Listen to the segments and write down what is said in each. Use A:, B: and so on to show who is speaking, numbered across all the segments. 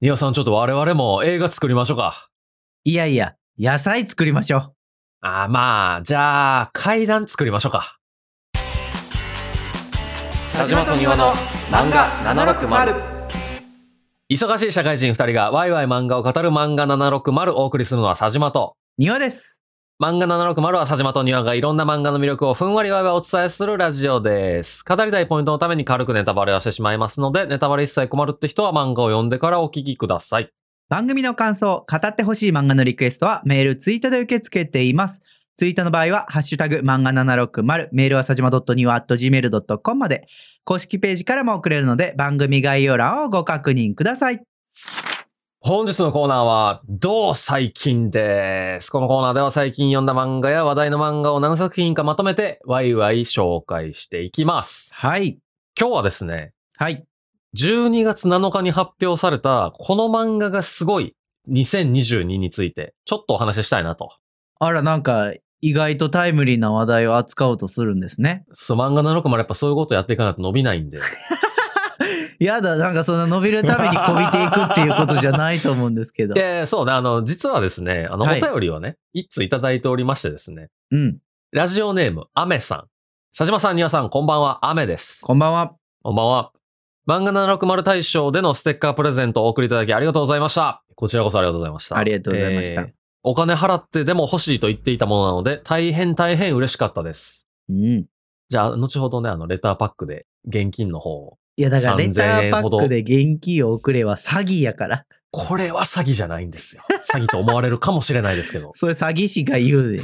A: ニオさん、ちょっと我々も映画作りましょうか。
B: いやいや、野菜作りましょう。
A: あーまあ、じゃあ、階段作りましょうか。
C: 佐島と庭の漫画760
A: 忙しい社会人2人がワイワイ漫画を語る漫画760をお送りするのは佐島と。
B: 庭です。
A: 漫画760は佐島と庭がいろんな漫画の魅力をふんわりわいわいお伝えするラジオです。語りたいポイントのために軽くネタバレはしてしまいますので、ネタバレ一切困るって人は漫画を読んでからお聞きください。
B: 番組の感想、語ってほしい漫画のリクエストはメール、ツイートで受け付けています。ツイートの場合は、ハッシュタグ、漫画760、メールはさじま .niwa.gmail.com まで、公式ページからも送れるので、番組概要欄をご確認ください。
A: 本日のコーナーは、どう最近です。このコーナーでは最近読んだ漫画や話題の漫画を何作品かまとめて、ワイワイ紹介していきます。
B: はい。
A: 今日はですね、
B: はい。
A: 12月7日に発表された、この漫画がすごい2022について、ちょっとお話ししたいなと。
B: あら、なんか、意外とタイムリーな話題を扱おうとするんですね。
A: そう、漫画760やっぱそういうことやっていかないと伸び ないんで。
B: やだ、なんかその伸びるためにこびていくっていうことじゃ ないと思うんですけど
A: い。やいやそうね、あの、実はですね、あの、お
B: はい
A: 便りをね、一通いただいておりましてですね、
B: うん。
A: ラジオネーム、アメさん。佐島さん、にわさん、こんばんは、アメです。
B: こんばんは。
A: こんばんは。漫画760大賞でのステッカープレゼントをお送りいただきありがとうございました。こちらこそありがとうございました。
B: ありがとうございました
A: お金払ってでも欲しいと言っていたものなので、大変大変嬉しかったです。
B: うん。
A: じゃあ、後ほどね、あの、レターパックで現金の方を。
B: いやだからレタ
A: 3000円
B: ーパ
A: ほど
B: ックで現金を送れは詐欺やから。
A: これは詐欺じゃないんですよ。詐欺と思われるかもしれないですけ ど。
B: それ詐欺師が言うで。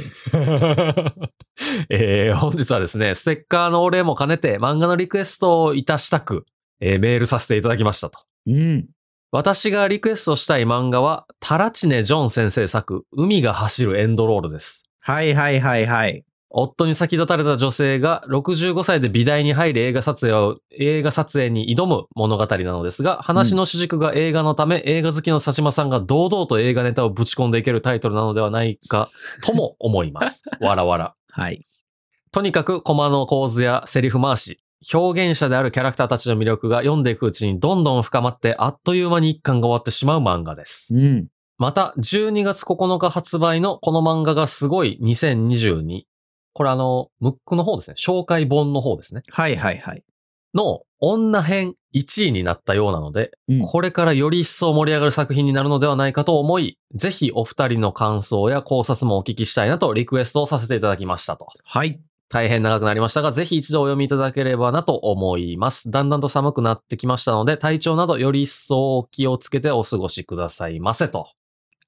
A: えー本日はですね、ステッカーのお礼も兼ねて漫画のリクエストをいたしたく、えーメールさせていただきましたと。
B: うん。
A: 私がリクエストしたい漫画は、タラチネ・ジョン先生作、海が走るエンドロールです。
B: はいはいはいはい。
A: 夫に先立たれた女性が65歳で美大に入り映画撮影を、映画撮影に挑む物語なのですが、話の主軸が映画のため、映画好きの佐島さんが堂々と映画ネタをぶち込んでいけるタイトルなのではないかとも思います。わらわら。
B: はい。
A: とにかくコマの構図やセリフ回し、表現者であるキャラクターたちの魅力が読んでいくうちにどんどん深まってあっという間に一巻が終わってしまう漫画です。
B: うん。
A: また、12月9日発売のこの漫画がすごい2022。これあの、ムックの方ですね。紹介本の方ですね。
B: はいはいはい。
A: の女編1位になったようなので、
B: うん
A: これからより一層盛り上がる作品になるのではないかと思い、ぜひお二人の感想や考察もお聞きしたいなとリクエストをさせていただきましたと。
B: はい。
A: 大変長くなりましたが、ぜひ一度お読みいただければなと思います。だんだんと寒くなってきましたので、体調などより一層お気をつけてお過ごしくださいませと。っ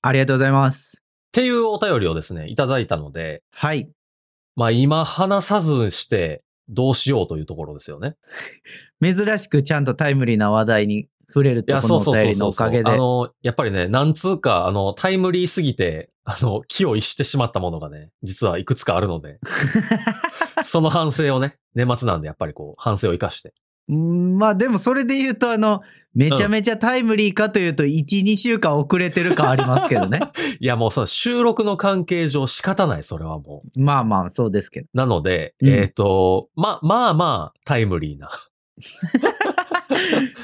B: ありがとうございます。
A: ていうお便りをですね、いただいたので、
B: はい。
A: まあ今話さずしてどうしようというところですよね。
B: 珍しくちゃんとタイムリーな話題に触れる
A: い
B: と
A: や、
B: こ
A: そ
B: の
A: うそ
B: お
A: うそ
B: 便
A: う
B: りの
A: そう
B: お
A: そう。
B: かげで
A: あ。の、やっぱりね、なんつうか、あの、タイムリーすぎて、あの、気を逸してしまったものがね、実はいくつかあるの で、その反省をね、年末なんでやっぱりこう、反省を生かして。
B: うんまあでもそれで言うとあの、めちゃめちゃタイムリーかというと1、2週間遅れてる感ありますけ どね。
A: いや、もうその収録の関係上仕方ない、それはも
B: まあまあそうですけど。
A: う。なので、
B: うん
A: えっ、と、ま、まあまあ、タイムリーな。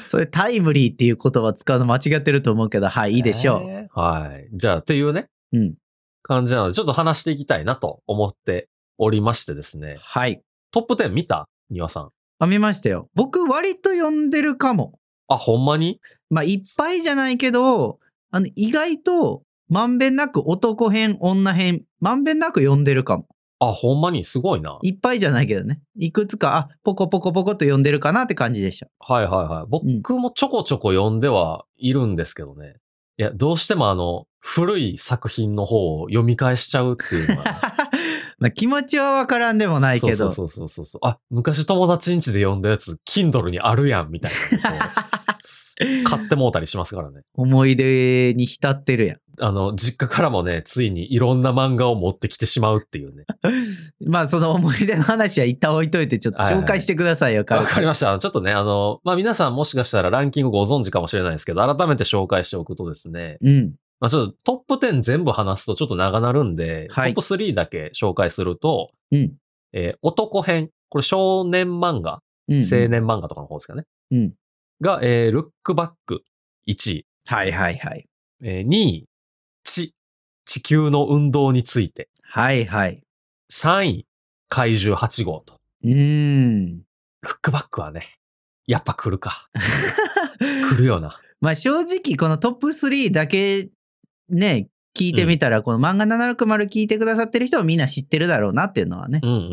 B: それタイムリーっていう言葉使うの間違ってると思うけど、はい、いいでしょう。
A: ねはい。じゃあ、っていうね、
B: うん。
A: 感じなので、ちょっと話していきたいなと思っておりましてですね。
B: はい。
A: トップ10見た庭さん。
B: あ、見ましたよ。僕、割と読んでるかも。
A: あ、ほんまに
B: まあ、いっぱいじゃないけど、あの、意外と、まんべんなく男編、女編、まんべんなく読んでるかも。
A: あ、ほんまにすごいな。
B: いっぱいじゃないけどね。いくつか、あ、ポコポコポコと読んでるかなって感じ でした。
A: はいはいはい。僕もちょこちょこ読んではいるんですけどね。いや、どうしてもあの、古い作品の方を読み返しちゃうっていうの は、ね。
B: まあ、気持ちはわからんでもないけど。
A: そうそうそうそうそう。あ、昔友達ん家で読んだやつ、Kindle にあるやん、みたいなのを。 買ってもうたりしますからね。
B: 思い出に浸ってるやん。
A: あの、実家からもね、ついにいろんな漫画を持ってきてしまうっていうね。
B: まあ、その思い出の話は一旦置いといて、ちょっと
A: はいはい
B: 紹介してくださいよ、
A: わ
B: 軽く
A: かりました。ちょっとね、あの、まあ、皆さんもしかしたらランキングご存知かもしれないですけど、改めて紹介しておくとですね、
B: うん。
A: まあ、ちょっとトップ10全部話すとちょっと長なるんで、
B: はい
A: トップ3だけ紹介すると、
B: うん。
A: えー男編。これ少年漫画、
B: うん。
A: 青年漫画とかの方ですかね。
B: うん。
A: が、えールックバック1位。
B: はいはいはい。
A: えー2位、地、地球の運動について。
B: はいはい。
A: 3位、怪獣8号と。
B: うーん。
A: ルックバックはね、やっぱ来る か。来るよな。
B: まあ正直このトップ3だけね、聞いてみたら、この漫画760聞いてくださってる人はみんな知ってるだろうなっていうのはね、
A: うんうんうんう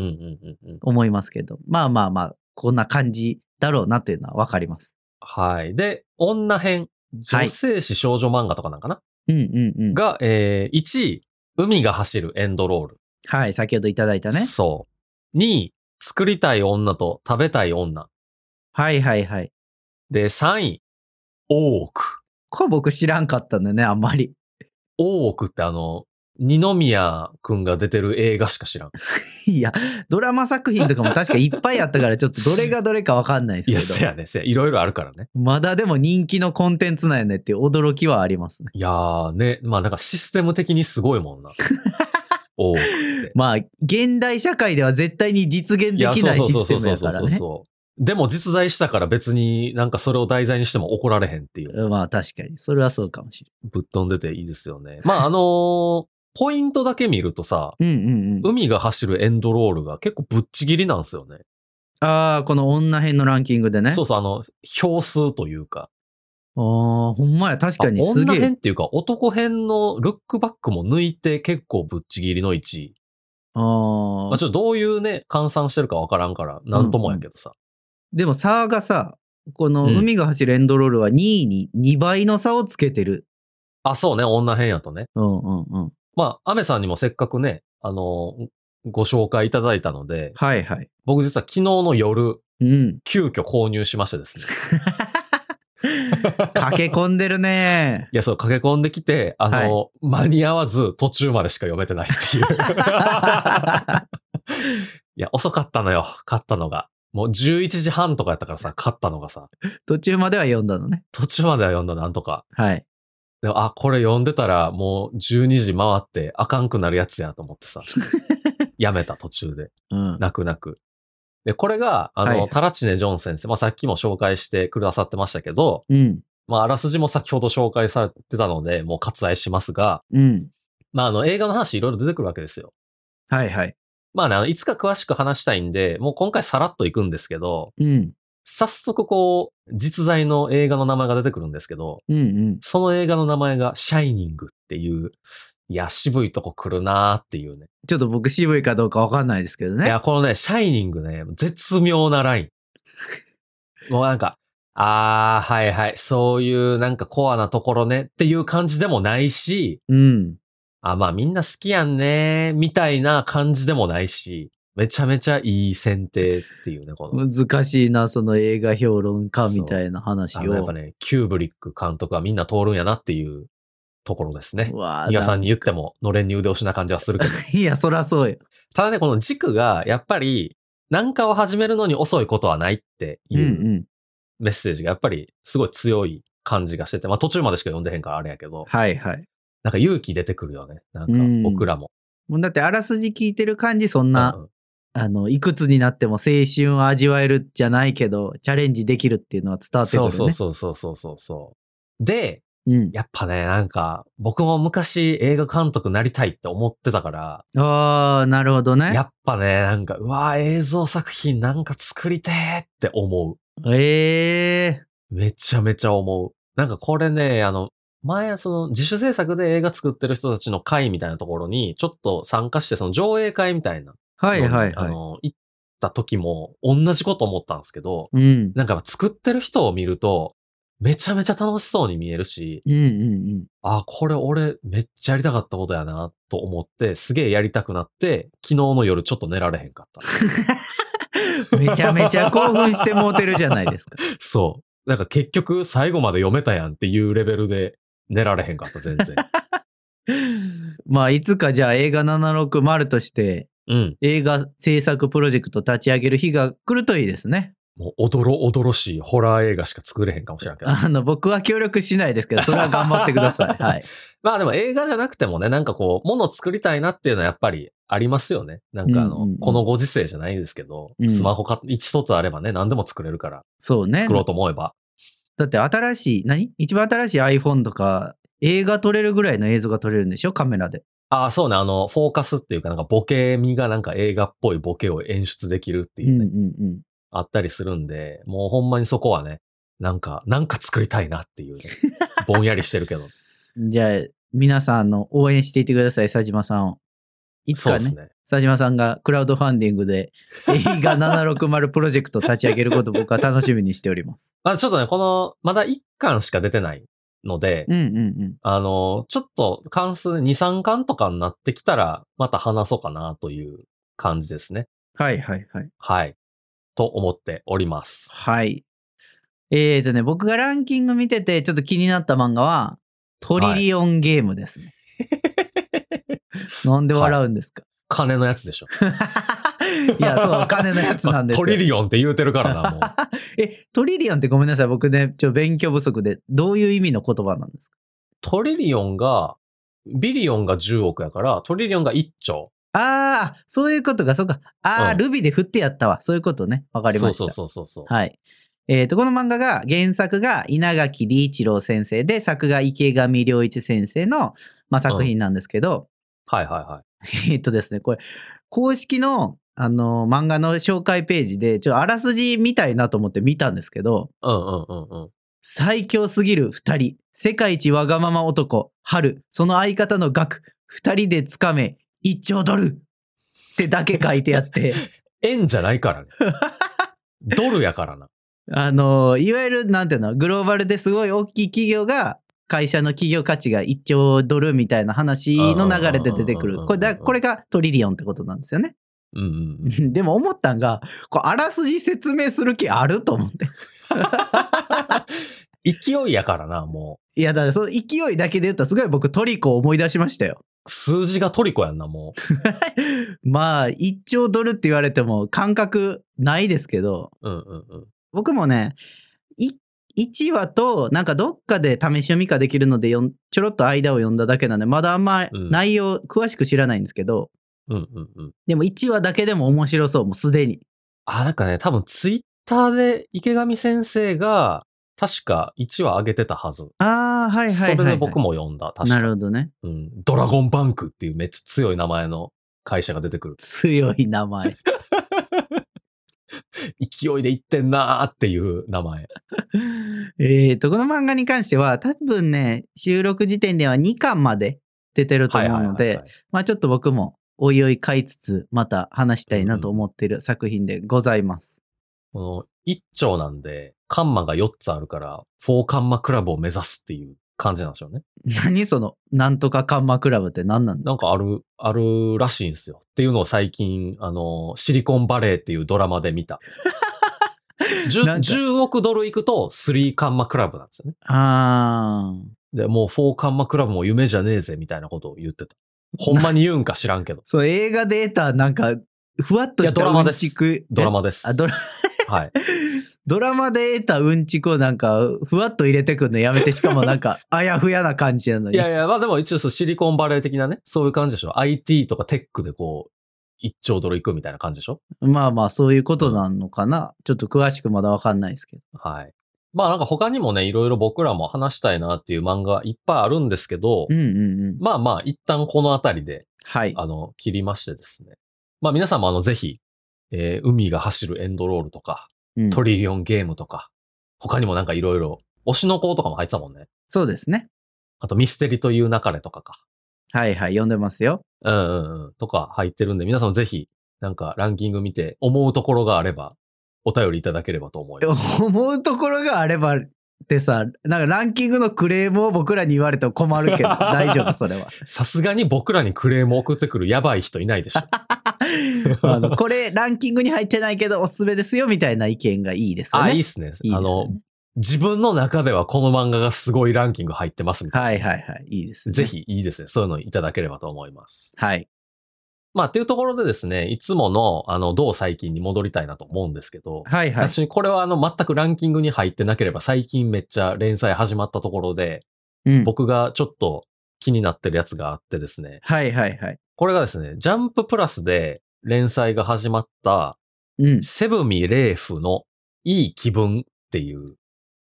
A: んうん。
B: 思いますけど。まあまあまあ、こんな感じだろうなっていうのはわかります。
A: はい。で、女編、女性誌少女漫画とかなんかな、
B: うんうんうん。
A: が、えー1位、海が走るエンドロール。
B: はい、先ほどいただいたね。
A: そう。2位、作りたい女と食べたい女。
B: はいはいはい。
A: で、3位、大奥。
B: これ僕知らんかったんだよね、あんまり。
A: 大奥ってあの、二宮くんが出てる映画しか知らん。
B: いや、ドラマ作品とかも確かいっぱいあったから、ちょっとどれがどれかわかんない
A: い
B: で
A: や、
B: す
A: せ
B: けど
A: や。ね、せや。いろいろあるからね。
B: まだでも人気のコンテンツなんやねっていう驚きはありますね。
A: いやーね、まあなんかシステム的にすごいもん な。大奥って。
B: まあ、現代社会では絶対に実現できないシステムやからね。
A: う。でも実在したから別になんかそれを題材にしても怒られへんっていう。
B: まあ確かに。それはそうかもし
A: ぶっ飛んでていいですよね。まああのーポイントだけ見るとさ、
B: れない。うんうんうん。
A: 海が走るエンドロールが結構ぶっちぎりなんですよね。
B: ああ、この女編のランキングでね。
A: そうそう、あの、票数というか。
B: ああ、ほんまや。確かに
A: あ
B: す
A: 女
B: げえ
A: 編。っていうか男編のルックバックも抜いて結構ぶっちぎりの1位。
B: あ
A: まあ
B: ー
A: ちょっとどういうね、換算してるかわからんから、なんともやけどさ。
B: でも差がさ、この海が走るエンドロールは2位に2倍の差をつけてる。
A: あ、そうね、女編やとね。
B: うんうんうん。
A: まあ、アメさんにもせっかくね、あのー、ご紹介いただいたので、
B: はいはい。
A: 僕実は昨日の夜、
B: うん。
A: 急遽購入しましてですね。
B: 駆け込んでる ね。
A: いや、そう、駆け込んできて、あの、間に合わず途中までしか読めてないっていう。いや、遅かったのよ、買ったのが。もう11時半とかやったからさ、買ったのがさ、
B: 途中までは読んだのね。
A: 途中までは読んだなんとか。
B: はい。
A: でもあ、これ読んでたらもう12時回ってあかんくなるやつやと思ってさ、やめた途中で、
B: うん。
A: 泣く泣く。で、これが、あの、
B: はい
A: タラチネ・ジョン先生、まあさっきも紹介してくださってましたけど、
B: うん。
A: まああらすじも先ほど紹介されてたので、もう割愛しますが、
B: うん。
A: まあ、あの、映画の話いろいろ出てくるわけですよ。
B: はいはい。
A: まあね、あのいつか詳しく話したいんで、もう今回さらっと行くんですけど、
B: うん。
A: 早速こう、実在の映画の名前が出てくるんですけど、
B: うんうん。
A: その映画の名前がシャイニングっていう、いや、渋いとこ来るなーっていうね。
B: ちょっと僕渋いかどうかわかんないですけど
A: い
B: ね。
A: や、このね、シャイニングね、絶妙なライ ン。もうなんか、あー、はいはい、そういうなんかコアなところねっていう感じでもないし、
B: うん。
A: あ、まあみんな好きやんね、みたいな感じでもないし、めちゃめちゃいい選定っていうね、この。
B: 難しいな、その映画評論家みたいな話
A: あ
B: を。
A: のやっぱね、キューブリック監督はみんな通るんやなっていうところですね
B: う。わー
A: 皆さんに言っても、のれんに腕押しな感じはするけど。
B: いや、そらそうよ。。
A: ただね、この軸が、やっぱり、なんかを始めるのに遅いことはないっていううんメッセージが、やっぱりすごい強い感じがしてて、まあ途中までしか読んでへんからあれやけど、
B: はいはい。
A: なんか勇気出てくるよね。なんか
B: うん
A: 僕らも。
B: もうだって、あらすじ聞いてる感じ、そんな、
A: うんうん
B: あの、いくつになっても青春を味わえるじゃないけど、チャレンジできるっていうのは伝わってくる
A: そ
B: ね。
A: うそうそうそうそうそうそう。で、
B: うん。
A: やっぱね、なんか、僕も昔映画監督なりたいって思ってたから、
B: ああ、なるほどね
A: や。っぱね、なんか、うわー映像作品なんか作りてーって思
B: ええ
A: う。めちゃめちゃ思う。なんかこれね、あの、前、その自主制作で映画作ってる人たちの会みたいなところに、ちょっと参加して、その上映会みたいな。
B: はいはい
A: あ
B: は
A: の、行った時も、同じこと思ったんですけど、
B: い。うん。
A: なんか作ってる人を見ると、めちゃめちゃ楽しそうに見えるし、
B: うんうんうん。
A: あ、これ俺めっちゃやりたかったことやなと思って、すげえやりたくなって、昨日の夜ちょっと寝られへんかった。
B: めちゃめちゃ興奮してもうてるじゃないですか。
A: そう。なんか結局最後まで読めたやんっていうレベルで寝られへんかった、全 然。
B: まあ、いつかじゃあ映画760として
A: うん。
B: 映画制作プロジェクト立ち上げる日が来るといいですね。
A: もう、おどろおどろしいホラー映画しか作れへんかもしれんけど。
B: あの、僕は協力しないですけど、それは頑張ってくださ い。はい。
A: まあでも映画じゃなくてもね、なんかこう、もの作りたいなっていうのはやっぱりありますよね。なんかあの、
B: うんうんうん
A: このご時世じゃないですけど、
B: うん
A: スマホか一つあればね、何でも作れるから、
B: そうね
A: 作。ろうと思えば。
B: だって新しい、何一番新しい iPhone とか、映画撮れるぐらいの映像が撮れるんでしょカメラで。
A: ああ、そうね。あの、フォーカスっていうか、なんかボケ身がなんか映画っぽいボケを演出できるって
B: う
A: いう、ね
B: んうんうん。
A: あったりするんで、もうほんまにそこはね、なんか、なんか作りたいなって いうね、ぼんやりしてるけど。
B: じゃあ、皆さんあの応援していてください、佐島さんを。いつ
A: そう
B: か
A: で
B: ね、
A: すね。
B: 佐島さんがクラウドファンディン グで映画760プロジェクトを立ち上げることを僕は楽しみにしております。
A: あちょっとね、この、まだ1巻しか出てないので、
B: うんうんうん。
A: あの、ちょっと関数2、3巻とかになってきたら、また話そうかなという感じですね。
B: はいはいはい。
A: はい。と思っております。
B: はい。えーとね、僕がランキング見ててちょっと気になった漫画は、トリリオンゲームですね。なんで笑うんで すか、
A: 金のやつでしょ。
B: い、や、 そう、お金のやつなんです
A: ま
B: よ。
A: あトリリオンって言うてるから な、もう。
B: え、トリリオンってごめんなさい。僕ね、ちょ、勉強不足で、どういう意味の言葉なんですか
A: トリリオンが、ビリオンが10億やから、トリリオンが1兆。
B: ああ、そういうことか、そうか。ああ、
A: うん
B: ルビで振ってやったわ。そういうことね。わかりました。
A: そうそうそうそう。
B: はい。えっ、と、この漫画が、原作が稲垣理一郎先生で、作が池上良一先生の、まあ、作品なんですけど、
A: はいはいはい。
B: えっとですね、これ、公式の、あの、漫画の紹介ページで、ちょ、あらすじ見たいなと思って見たんですけど、
A: うんうんうんうん。
B: 最強すぎる二人世界一わがまま男春その相方のガク二人でつかめ1兆ドルってだけ書いてあって
A: 円じゃない からね。ドルやからな。
B: あのいわゆるなんていうのグローバルですごい大きい企業が会社の企業価値が1兆ドルみたいな話の流れで出て
A: うん
B: く
A: うんうんうんうん
B: るこれだこれがトリリオンってことなんですよね
A: うんうんうん。
B: でも思ったんがこうあらすじ説明する気あると思って
A: 勢いやからな、も
B: いやだからその勢いだけで言ったらすごい僕トリコを思い出しましたよ
A: う。数字がトリコやんな、も
B: まあ、1兆ドルって言われても感覚ないですけど、
A: う。うんうんうん。
B: 僕もね、1話と、なんかどっかで試し読みかできるのでよん、ちょろっと間を読んだだけなんで、まだあんま
A: うん
B: 内容詳しく知らないんですけど、
A: うんうんうん。
B: でも1話だけでも面白そう、もうすでに。
A: あ、なんかね、多分ツイッターで池上先生が、確か1話上げてたはず。
B: ああ、はいはいはい、
A: それで僕も読んだ、確か
B: なるほどね。
A: うん。ドラゴンバンクっていうめっちゃ強い名前の会社が出てくる。
B: 強い名前。
A: 勢いでいってんなーっていう名前。
B: えーと、この漫画に関しては、多分ね、収録時点では2巻まで出てると
A: はい
B: 思
A: は
B: う
A: い
B: の
A: はい
B: で
A: は、い。
B: まあちょっと僕もおいおい買いつつまた話したいなと思ってる作品でございます。
A: この一丁なんで、カンマが4つあるから、フォーカンマクラブを目指すっていう感じなんでしょうね。
B: 何そのなんとかカンマクラブって何なんだ
A: なんかある、あるらしいんですよ。っていうのを最近、あの、シリコンバレーっていうドラマで見た。
B: な
A: 10,
B: んか
A: 10億ドルいくと3カンマクラブなんですよね。
B: あー。
A: で、もう4カンマクラブも夢じゃねえぜみたいなことを言ってた。ほんまに言うんか知らんけど
B: そう映画データなんかふわっ
A: い
B: とした
A: やドラマです
B: うんちく
A: ドラ
B: マ
A: マです。
B: あドラ
A: はい。
B: ドラマで得たうんちくをなんかふわっと入れてくんのやめてしかもな んかあやふやな感じなの
A: い
B: に
A: やいや、まあでも一応そうシリコンバレー的なね、そういう感じでしょ。IT とかテックでこう、1兆ドルいくみたいな感じでしょ。
B: まあまあそういうことなのかなちょっと詳しくまだわかんないですけど
A: はい。まあなんか他にもね、いろいろ僕らも話したいなっていう漫画いっぱいあるんですけど、
B: うんうんうん
A: まあまあ一旦このあたりで、
B: はい
A: あの、切りましてですね。まあ皆さんもあの、ぜひ、えー海が走るエンドロールとか、
B: うん
A: トリリオンゲームとか、他にもなんかいろいろ、推しの子とかも入ってたもんね。
B: そうですね
A: あとミステリという流れとかか。
B: はいはい読んでますよ
A: うんうんうん。とか入ってるんで、皆さんもぜひ、なんかランキング見て思うところがあれば、お便りいただければと思います。
B: 思うところがあればってさなんかランキングのクレームを僕らに言われても困る けど大丈夫それは
A: さすがに僕らにクレーム送ってくるやばい人いないで しょ。
B: あのこれランキングに入ってないけどおすすめですよみたいな意見がいいですよ
A: あ、いい
B: ね
A: っすね。
B: いいですね
A: あの、自分の中ではこの漫画がすごいランキング入ってますみたいな。
B: はいはいはいいいですね
A: ぜひいいですね。そういうのいただければと思います。
B: はい
A: まあ、っていうところでですね、いつもの、あの、どう最近に戻りたいなと思うんですけど、
B: はいはい
A: 私、これはあの、全くランキングに入ってなければ、最近めっちゃ連載始まったところで、
B: うん
A: 僕がちょっと気になってるやつがあってですね、
B: はいはいはい
A: これがですね、ジャンププラスで連載が始まった、
B: うん
A: セブミレーフのいい気分っていう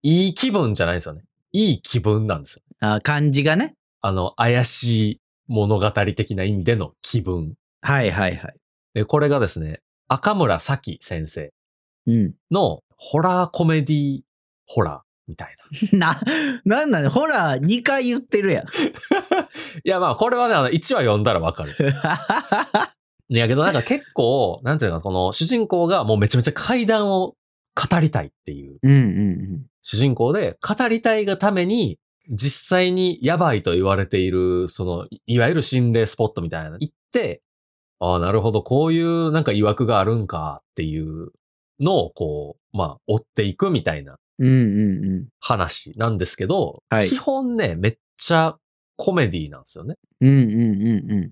A: いい気分じゃないんですよね。いい気分なんですよ。
B: あー漢字がね。
A: あの、怪しい物語的な意味での気分。
B: はいはいはい。
A: でこれがですね、赤村咲先生
B: うん。
A: のホラーコメディホラーみたいな。
B: な、なんなのホラー2回言ってるやん。
A: い や、まあ、これはね、あの、1話読んだらわかる。 いやけどなんか結構、なんていうのかな、この主人公がもうめちゃめちゃ階段を語りたいっていう
B: うんうん
A: 主人公で、語りたいがために、実際にやばいと言われている、その、いいわゆる心霊スポットみたいなの行って、ああ、なるほど、こういうなんか曰くがあるんかっていうのをこう、まあ、追っていくみたいな
B: うん。うんうんうん。
A: 話なんですけど、
B: はい
A: 基本ね、めっちゃコメディなんですよね。
B: うんうんうんうん。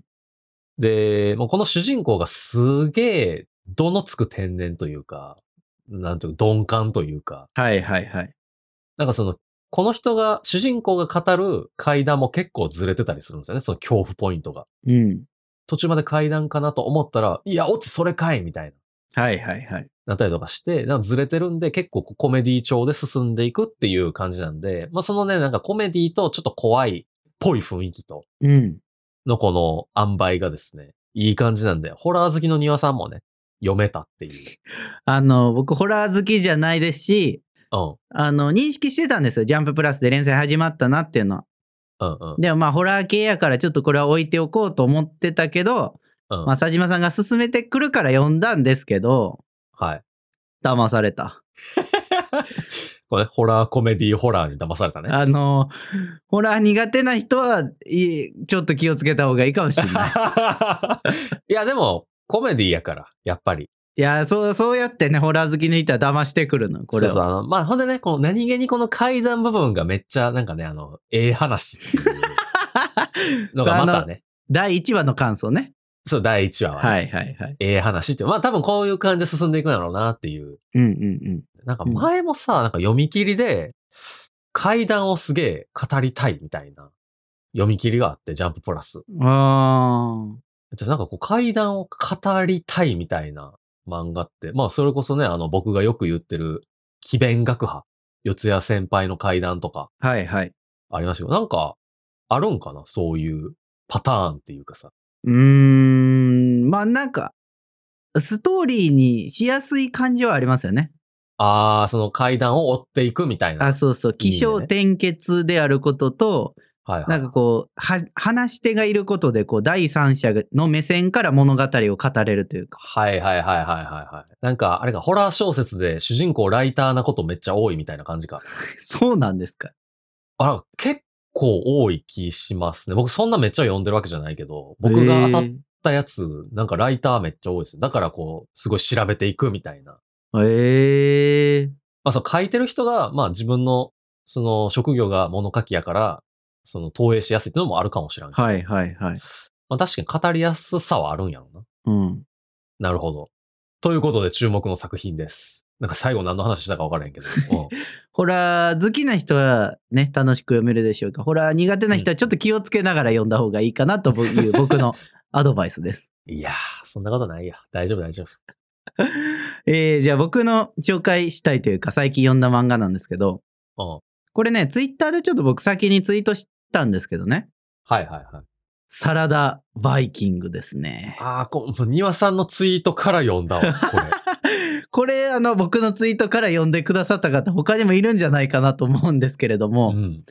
A: で、もうこの主人公がすげえ、どのつく天然というか、なんていうか、鈍感というか、
B: はいはいはい。
A: なんかその、この人が、主人公が語る階段も結構ずれてたりするんですよね、その恐怖ポイントが。
B: うん。
A: 途中まで階段かなと思ったら、いや、オチそれかいみたいな、
B: はいはいはい。
A: なったりとかして、なんかずれてるんで、結構こうコメディ調で進んでいくっていう感じなんで、まあそのね、なんかコメディとちょっと怖いっぽい雰囲気と、
B: うん。
A: のこの塩梅がですね、いい感じなんで、ホラー好きの庭さんもね、読めたっていう。
B: あの、僕、ホラー好きじゃないですし、
A: うん。
B: あの、認識してたんですよ。ジャンププラスで連載始まったなっていうのは。
A: うんうん。
B: でもまあ、ホラー系やからちょっとこれは置いておこうと思ってたけど、
A: うん
B: まあ、佐島さんが勧めてくるから読んだんですけど、
A: はい。
B: 騙された。
A: これ、ね、ホラーコメディホラーに騙されたね。
B: あの、ホラー苦手な人はい、ちょっと気をつけた方がいいかもし れない。
A: いや、でも、コメディやから、やっぱり。
B: いや、そう、そうやってね、ホラー好きの人は騙してくるの、これを
A: そうそうあのまあ、ほんでね、この何気にこの階段部分がめっちゃ、なんかね、あの、ええ話っていうのがま たね、
B: 第1話の感想ね。
A: そう、第1話はね、
B: はいはいはい。
A: ええ話っていう、まあ多分こういう感じで進んでいくんだろうなっていう
B: うんうん
A: なんか前もさ、なんか読み切りで、階段をすげえ語りたいみたいな読み切りがあって、ジャンププラス。
B: うん。あ
A: でなんかこう階段を語りたいみたいな漫画って、まあそれこそね、あの僕がよく言ってる、奇弁学派、四谷先輩の階段とか
B: あ。はいはい。
A: ありましたけど、なんかあるんかなそういうパターンっていうかさ。
B: うーん、まあなんか、ストーリーにしやすい感じはありますよね。
A: あー、その階段を追っていくみたいな。
B: あ、そうそう。
A: いいね
B: 起承転結であることと、
A: はいはい。
B: なんかこう、は、話し手がいることで、こう、第三者の目線から物語を語れるというか。
A: はいはいはいはいはいはい。なんか、あれか、ホラー小説で主人公ライターなことめっちゃ多いみたいな感じか。
B: そうなんですか。
A: あ、結構多い気しますね。僕そんなめっちゃ読んでるわけじゃないけど、僕が当たっ
B: え
A: たやつ、なんかライターめっちゃ多いです。だからこう、すごい調べていくみたいな。
B: ーえー
A: まあそう、書いてる人が、まあ自分の、その職業が物書きやから、その投影しやすいっていうのもあるかもしれんけど。
B: はいはいはい。
A: まあ確かに語りやすさはあるんやろうな。
B: うん。
A: なるほど。ということで注目の作品です。なんか最後何の話したか分からへん けど。うん
B: ホラー好きな人はね、楽しく読めるでしょうか。ホラー苦手な人はちょっと気をつけながら読んだ方がいいかな という僕のアドバイスです。
A: いやー、そんなことないや。大丈夫、大丈夫。
B: えーじゃあ僕の紹介したいというか最近読んだ漫画なんですけど、
A: うん。
B: これね、ツイッターでちょっと僕先にツイートしたんですけどね、
A: はいはいはい。
B: サラダバイキングですね。
A: ああ、こう、庭さんのツイートから読んだわ、これ。
B: これあの僕のツイートから読んでくださった方他にもいるんじゃないかなと思うんですけれども、
A: うん。い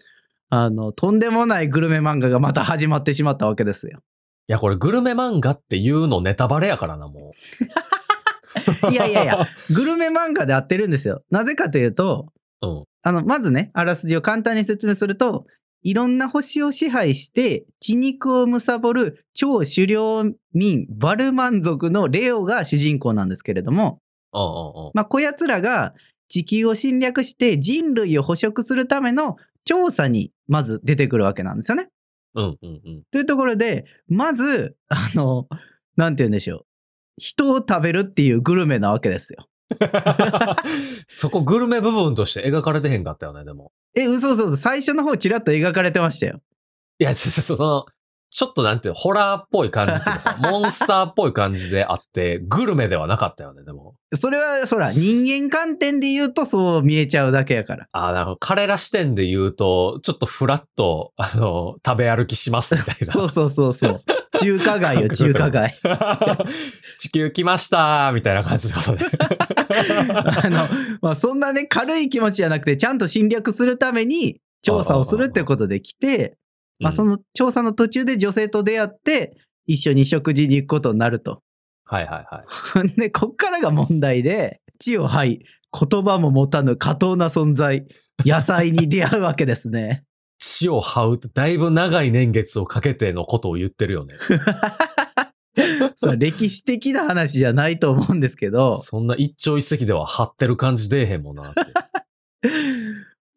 B: あの、とんでもないグルメ漫画がまた始まってしまったわけです よ。
A: や、これグルメ漫画っていうのネタバレやからな、もう。
B: いやいやいや。グルメ漫画で合ってるんですよ。なぜかというと、
A: うん。
B: あの、まずね、あらすじを簡単に説明すると、いろんな星を支配して血肉を貪る超狩猟民バルマン族のレオが主人公なんですけれども、
A: うんうんうん。
B: まあ、こやつらが地球を侵略して人類を捕食するための調査にまず出てくるわけなんですよね。
A: うんうん うん。
B: というところで、まず、あの、なんて言うんでしょう。人を食べるっていうグルメなわけですよ。
A: そこグルメ部分として描かれてへんかったよね、でも。
B: え、嘘嘘嘘。最初の方ちらっと描かれてましたよ。
A: いや、ちょっとその、ちょっとなんていうの、ホラーっぽい感じっていうかさ、モンスターっぽい感じであって、グルメではなかったよね、でも。
B: それは、そら、人間観点で言うとそう見えちゃうだけや から。
A: ああ、なるほど。彼ら視点で言うと、ちょっとフラッと、あの、食べ歩きしますみたいな。
B: そうそうそうそう。中華街よ、 中華街。
A: 地球来ましたーみたいな感じだね。
B: あの、 まあ、そんなね、軽い気持ちじゃなくて、ちゃんと侵略するために調査をするってことで来て、まあ、そ
A: うん
B: の調査の途中で女性と出会って、一緒に食事に行くことになると。
A: はいはいはい。
B: で、こっからが問題で、地を這い、言葉も持たぬ過当な存在、野菜に出会うわけです ね。
A: 地を這うって、だいぶ長い年月をかけてのことを言ってるよね。
B: そう歴史的な話じゃないと思うんですけど、
A: そんな一朝一夕では張ってる感じ出えへんもんなって。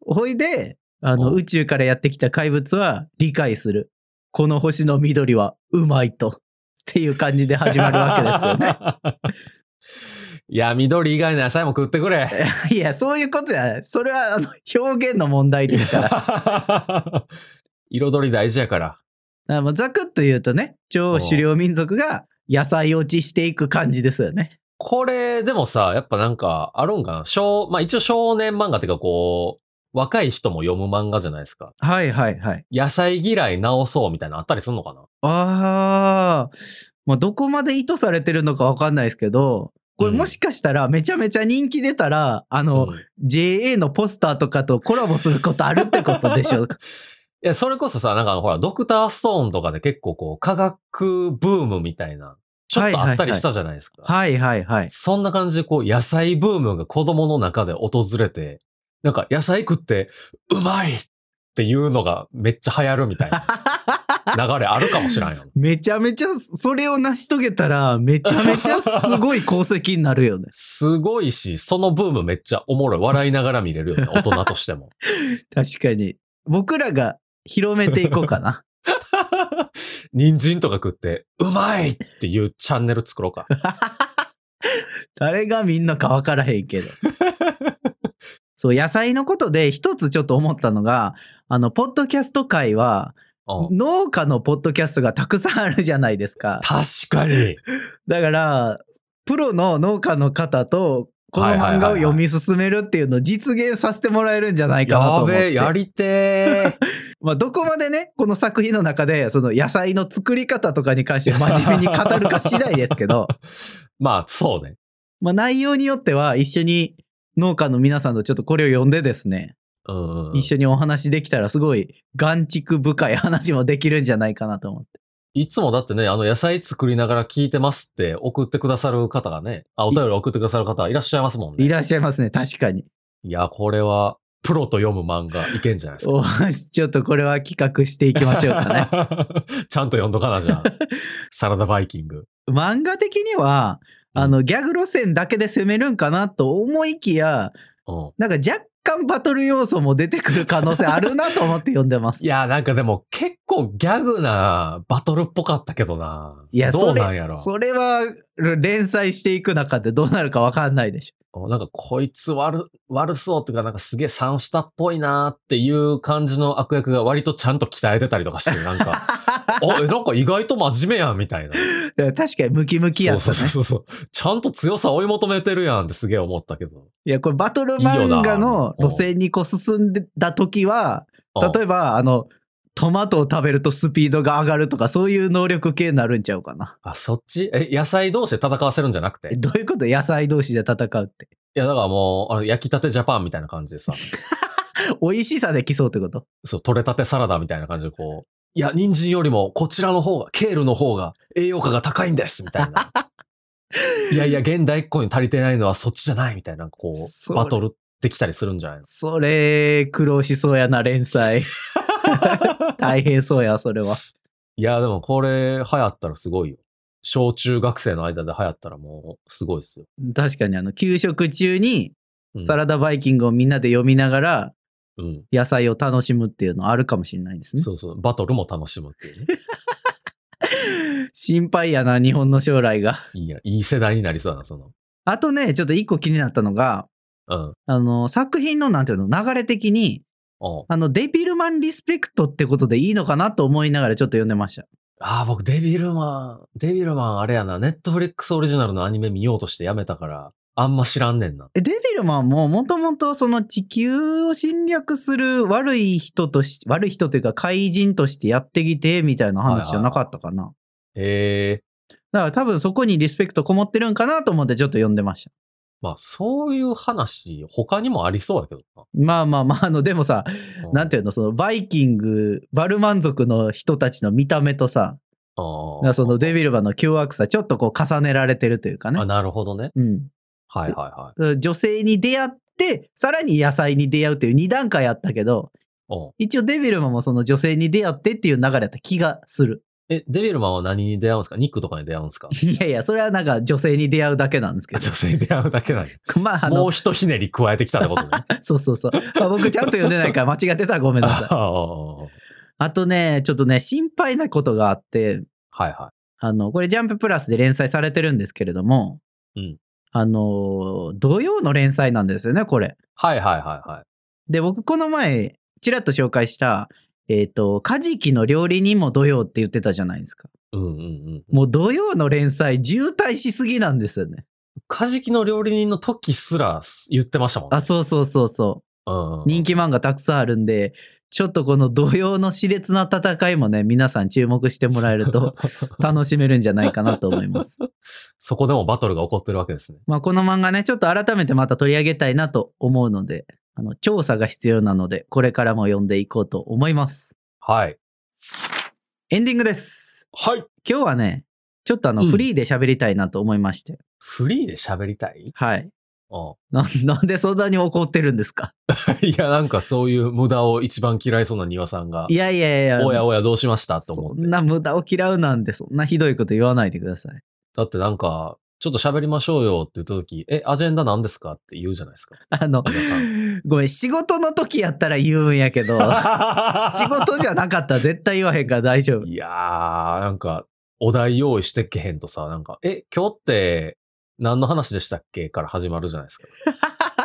B: ほいで、あの、
A: うん
B: 宇宙からやってきた怪物は理解する。この星の緑はうまいと。っていう感じで始まるわけですよね。
A: すよ ね。いや、緑以外の野菜も食ってく れ。
B: いや、そういうことじゃない。それは、あの、表現の問題ですから。
A: 彩り大事やから。
B: あもうざくっと言うとね、超狩猟民族が野菜落ちしていく感じですよね。
A: これ、でもさ、やっぱなんか、あるんかな少、まあ一応少年漫画っていうかこう、若い人も読む漫画じゃないですか。
B: はいはいはい。
A: 野菜嫌い直そうみたいなのあったりすんのかな
B: ああ、まあ、どこまで意図されてるのかわかんないですけど、これ
A: うん
B: もしかしたらめちゃめちゃ人気出たら、あの、
A: うん
B: JA のポスターとかとコラボすることあるってことでしょうか。
A: いや、それこそさ、なんかあの、ほら、ドクターストーンとかで結構こう、科学ブームみたいな、ちょっとあったりしたじゃないですか。
B: はいはいはい。
A: そんな感じでこう、野菜ブームが子供の中で訪れて、なんか野菜食って、うまいっていうのがめっちゃ流行るみたいな流れあるかもしれんよ。。
B: めちゃめちゃ、それを成し遂げたら、めちゃめちゃすごい功績になるよね
A: すごいし、そのブームめっちゃおもろい。笑いながら見れ るよね。大人としても。
B: 確かに。僕らが広めていこうかな。
A: 人参とか食って、うまいっていうチャンネル作ろう か。
B: 誰がみんなかわからへん けど。そう、野菜のことで一つちょっと思ったのが、あの、ポッドキャスト界は、
A: うん、
B: 農家のポッドキャストがたくさんあるじゃないです か。
A: 確かに。
B: だから、プロの農家の方と、この漫画を読み進めるっていうのを実現させてもらえるんじゃないかなと
A: や
B: 思って。
A: べえ、やりてー。
B: まあ、どこまでね、この作品の中で、その野菜の作り方とかに関して真面目に語るか次第ですけど、
A: まあ、そうね。
B: まあ、内容によっては一緒に農家の皆さんとちょっとこれを読んでですね、
A: うんうん、
B: 一緒にお話できたらすごい眼畜深い話もできるんじゃないかなと思って。
A: いつもだってね、あの、野菜作りながら聞いてますって送ってくださる方がね、あ、お便り送ってくださる方いらっしゃいますもんね。
B: いらっしゃいますね、確かに。
A: いや、これは、プロと読む漫画いけんじゃないですか。
B: おちょっとこれは企画していきましょうかね。
A: ちゃんと読んどかな、じゃあ。サラダバイキング。
B: 漫画的には、 あの、ギャグ路線だけで攻めるんかなと思いきや、
A: うん。
B: なんか若干バトル要素も出てくる可能性あるなと思って読んでます
A: い。や、なんかでも結構ギャグなバトルっぽかったけどな。
B: いや、
A: どうなんやろ。
B: それそれは連載していく中でどうなるかわかんないでし
A: おなんかこいつ悪、悪そうっていうか、なんかすげえ三下っぽいなーっていう感じの悪役が割とちゃんと鍛えてたりとかして、なん
B: ょ。
A: か、あ、え、なんか意外と真面目やんみたいな。
B: 確かにムキムキやっ
A: そ
B: た
A: う
B: ね。
A: そうそうそう。ちゃんと強さ追い求めてるやんってすげえ思ったけど。
B: いや、これバト
A: い
B: ル
A: い
B: 漫
A: よ
B: 画
A: な
B: の路線にこう進んでた時は、例えば、あの、トマトを食べるとスピードが上がるとか、そういう能力系になるんちゃうかな。
A: あ、そっちえ、野菜同士で戦わせるんじゃなくて
B: え
A: い
B: どういうこと野菜同士で戦うって。
A: や、だからもう、あの焼きたてジャパンみたいな感じでさ、
B: 美味しさで競うってこと
A: そう、取れたてサラダみたいな感じでこう、 いや、人参よりもこちらの方が、ケールの方が栄養価が高いんですみたいな。 いやいや、現代っ子に足りてないのはそっちじゃないみたいな、こ、
B: そうれ
A: バトルできたりするんじゃないの
B: それ、苦労しそうやな、連載。大変そうや、それは。
A: いや、でもこれ流行ったらすごいよ。小中学生の間で流行ったらもうすごいっすよ。
B: 確かに、あの、給食中に
A: うん
B: サラダバイキングをみんなで読みながら、
A: うん。
B: 野菜を楽しむっていうのあるかもしれないですね。
A: そうそう。バトルも楽しむっていうね。
B: 心配やな、日本の将来が。
A: いいや、いい世代になりそうだな、その。
B: あとね、ちょっと一個気になったのが、
A: うん。
B: あの、作品のなんていうの、流れ的に、
A: おう
B: あの、デビルマンリスペクトってことでいいのかなと思いながらちょっと読んでました。
A: ああ、僕、デビルマン、デビルマンあれやな、ネットフリックスオリジナルのアニメ見ようとしてやめたから、あんま知らんねんな。
B: えデビルマンももともとその地球を侵略する悪い人とし、悪い人というか怪人としてやってきてみたいな話じゃなかったかな。
A: ええ
B: だから多分そこにリスペクトこもってるんかなと思ってちょっと読んでました。
A: まあ、そういう話、他にもありそうやけど
B: まあまあまあ、あの、でもさ、
A: な。
B: なんて
A: い
B: いうの、そのバイキング、バルマン族の人たちの見た目とさ、
A: うんあー
B: なんかそのデビルマンの凶悪さ、ちょっとこう重ねられてるというかね
A: あ、。なるほどね。
B: うん。
A: はいはいはい。
B: 女性に出会って、さらに野菜に出会うっていう2段階あったけど、
A: うん
B: 一応デビルマンもその女性に出会ってっていう流れだった気がする。
A: え、デビルマンは何に出会うんですか肉とかに出会うん ですか
B: いやいや、それはなんか女性に出会うだけなんですけ
A: 女性に出会うだけなんや
B: ど。まあ、あ
A: も
B: の
A: う、ひとひねり加えてきたって ことね。
B: そうそうそう。まあ、僕ちゃんと読んでないから間違ってたらごめんなさい。
A: あー
B: あとね、ちょっとね、心配なことがあって、
A: はいは
B: あの、これジャンププラスで連載されてるんですけれども、
A: うん
B: あの、土曜の連載なんですよね、これ。
A: い。はいはいはいはい。
B: で、僕この前、ちらっと紹介した、えっ、と、カジキの料理人も土曜って言ってたじゃないですか。
A: うんうんうん。
B: もう土曜の連載渋滞しすぎなんですよね。
A: カジキの料理人の時すら言ってましたもんね
B: あ、そうそうそうそう。
A: うん
B: 人気漫画たくさんあるんで、ちょっとこの土曜の熾烈な戦いもね、皆さん注目してもらえる と楽しめるんじゃないかなと思います。
A: そこでもバトルが起こってるわけですね。
B: まあ、この漫画ね、ちょっと改めてまた取り上げたいなと思うので、あの、調査が必要なので、これからも読んでいこうと思います。
A: はい。
B: エンディングです。
A: はい。
B: 今日はね、ちょっとあの、
A: うん
B: フリーで喋りたいなと思いまして。
A: フリーで喋りたい
B: はい。
A: うん。
B: な、なんでそんなに怒ってるんですか
A: いや、なんかそういう無駄を一番嫌いそうな庭さんが
B: い、やいやいや。
A: おやおやどうしましたと思
B: そ
A: っ
B: ん
A: て。
B: な無駄を嫌うなんて、そんなひどいこと言わないでくださ い。
A: だってなんか、ちょっと喋りましょうよって言った時、え、アジェンダ何ですかって言うじゃないですか。
B: あの
A: 皆さ、
B: ごめん、仕事の時やったら言うん やけど、 仕事じゃなかったら絶対言わへんから大丈夫。
A: いやー、なんか、お題用意してけへんとさ、なんか、え、今日って何の話でしたっけから始まるじゃないです か。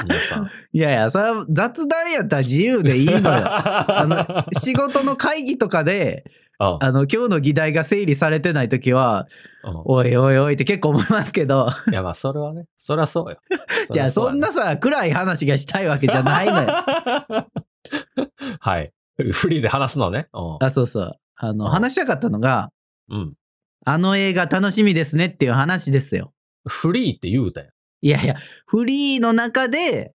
A: 皆さん。
B: いやいや、それは雑談やったら自由でいいの よ。あ
A: あ
B: の、仕事の会議とかで、
A: の、
B: あの、今日の議題が整理されてないときは、
A: う
B: おいおいおいって結構思いますけど、
A: んいや、まあ、それはね、そりゃそうよ。
B: じゃあ
A: り
B: そ
A: うんや
B: なさ、暗い話がしたいわけじゃない のよ。
A: はい。フリーで話すのね。う
B: あ、そうそう。あの、
A: うん
B: 話したかったのが、
A: ん。うん
B: あの映画楽しみですねっていう話ですよ。
A: フリーって言うたやん。
B: いやいや、フリーの中で、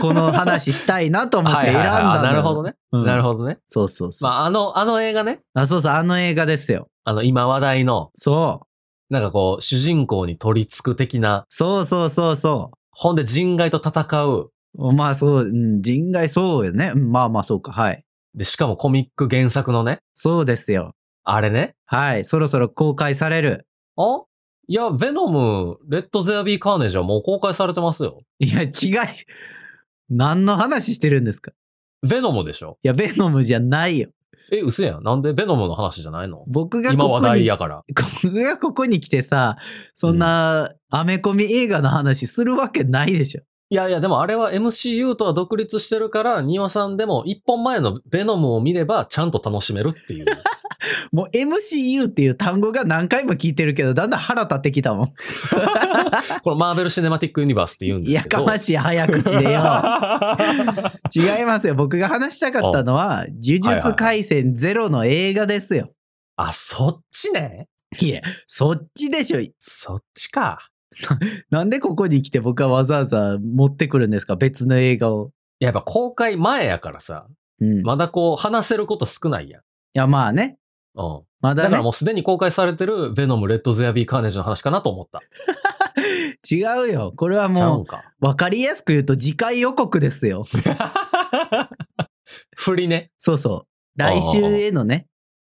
B: この話したいなと思って選んだのよ。
A: なるほどね。
B: うん
A: なるほどね。
B: そうそうそう。
A: まあ、あの、あの映画ね。
B: あ、そうそう、あの映画ですよ。
A: あの、今話題の、
B: そう。
A: なんかこう、主人公に取り付く的な、
B: そうそうそうそ
A: ほんで人外と戦う。
B: う。まあそう、うん、人外そうよね。うんまあまあそうか、はい。
A: で、しかもコミック原作のね、
B: そうですよ。
A: あれね。
B: はい。そろそろ公開される。
A: あいや、ベノム、レッド・ゼア・ビー・カーネージはもう公開されてますよ。
B: いや、違い。何の話してるんですか
A: ベノムでしょ
B: いや、ベノムじゃないよ。
A: え、嘘やん。なんでベノムの話じゃないの
B: 僕が
A: 今
B: こ
A: 話
B: こ
A: 題
B: に、
A: やから。
B: 僕がここに来てさ、そんな、アメコミ映画の話するわけないでしょ。
A: いやいや、でもあれは MCU とは独立してるから、庭さんでも一本前のベノムを見ればちゃんと楽しめるって いう。
B: もう MCU っていう単語が何回も聞いてるけど、だんだん腹立って きたもん。
A: これマーベル・シネマティック・ユニバースって言うん
B: い
A: で
B: や
A: すけど。
B: かましい早口で よ。違いますよ。僕が話したかったのは、呪術廻戦ゼロの映画ですよ。
A: あ、そっちね。
B: いや、そっちでしょ。
A: そっちか。
B: なんでここに来て僕はわざわざ持ってくるんですか別の映画を。
A: やっぱ公開前やからさ、
B: うん。い
A: まだこう話せること少ないやん。
B: や、まあね。
A: うん。
B: まだ,、
A: だ
B: ね、
A: からもうすでに公開されてるベノム、レッド・ゼア・ビー・カーネージの話かなと思った。
B: 違うよ。これは
A: ちゃう
B: も
A: ん か。
B: う、わかりやすく言うと次回予告です よ。
A: 振りね。
B: そうそう。来週へのね、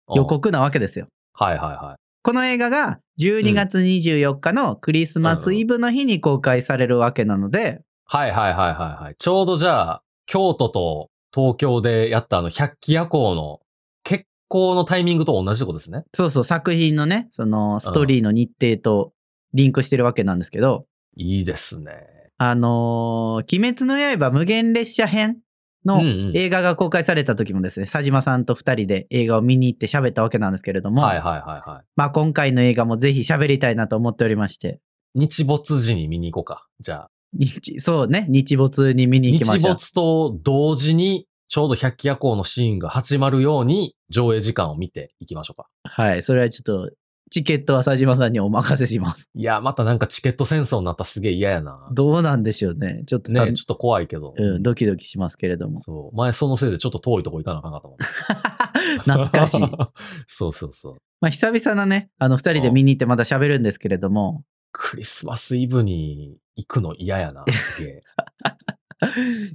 A: うん
B: 予。告なわけですよ。
A: はいはいはい。
B: この映画が12月24日のクリスマスイブの日に公開されるわけなので、
A: はいはいはいはいはい。ちょうどじゃあ、京都と東京でやったあの、百鬼夜行の結婚のタイミングと同じとことですね。
B: そうそう、作品のね、そのストーリーの日程とリンクしてるわけなんですけど、
A: いいですね。
B: あのー鬼滅の刃無限列車編の
A: うんうん
B: 映画が公開された時もですね、佐島さんと二人で映画を見に行って喋ったわけなんですけれども、
A: はいはいはいはい。
B: まあ今回の映画もぜひ喋りたいなと思っておりまして、
A: 日没時に見に行こうか。じゃあ。
B: 日そうね、日没に見に行きま
A: 日
B: しょう。
A: 没と同時に、ちょうど百鬼夜行のシーンが始まるように、上映時間を見ていきましょうか。
B: はい、それはちょっと、チケットは佐島さんにお任せします。
A: いや、またなんかチケット戦争になったらすげえ嫌やな。
B: どうなんでしょうね。ちょっとた、
A: ねちょっと怖いけど。
B: うん、ドキドキしますけれど も。
A: そう。前そのせいでちょっと遠いとこ行かなあかんかったもん。
B: 懐かしい。
A: そうそうそう。
B: まあ久々なね、あの二人で見に行ってまた喋るんですけれども、
A: クリスマスイブに行くの嫌や な。すげえ。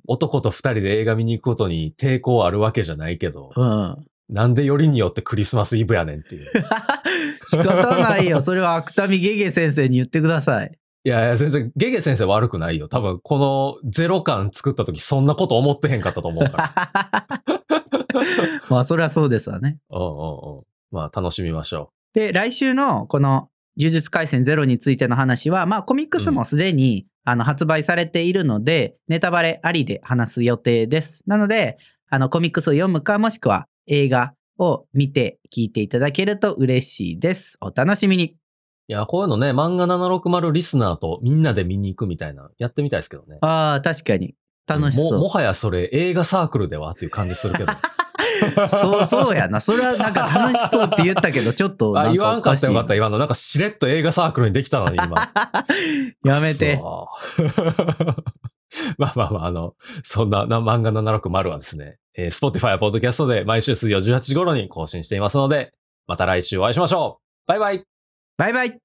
A: 男と二人で映画見に行くことに抵抗あるわけじゃないけど、
B: うん。
A: なんでよりによってクリスマスイブやねんっていう。
B: 仕方ないよ。それは芥見ゲゲ先生に言ってください。
A: いやいや、全然、ゲゲ先生悪くないよ。多分、このゼロ感作った時、そんなこと思ってへんかったと思う から。
B: まあ、それはそうですわね。
A: うんうんうん。まあ、楽しみましょ
B: で、来週のこの呪術廻戦ゼロについての話は、まあ、コミックスもすでに、あの発売されているので、ネタバレありで話す予定です。なので、あのコミックスを読むか、もしくは映画を見て聞いていただけると嬉しいです。お楽しみに。
A: う。いや、こういうのね、漫画760リスナーとみんなで見に行くみたいな、やってみたいですけどね。
B: ああ、確かに。楽しそう。
A: ももはやそれ、映画サークルではっていう感じするけど。
B: そう、そうやな。それはなんか楽しそうって言ったけど、ちょっとな
A: あ、
B: ん
A: 言わ
B: かお
A: んか
B: か
A: っ
B: しい。
A: たよかった、今の。なんかしれっと映画サークルにできたのに、今。
B: やめて
A: く。そー。 まあまあまあ、あの、そんなな漫画760はですね、えー、Spotify や Podcast で毎週水曜18時頃に更新していますので、また来週お会いしましょうバイバイ
B: バイバイ。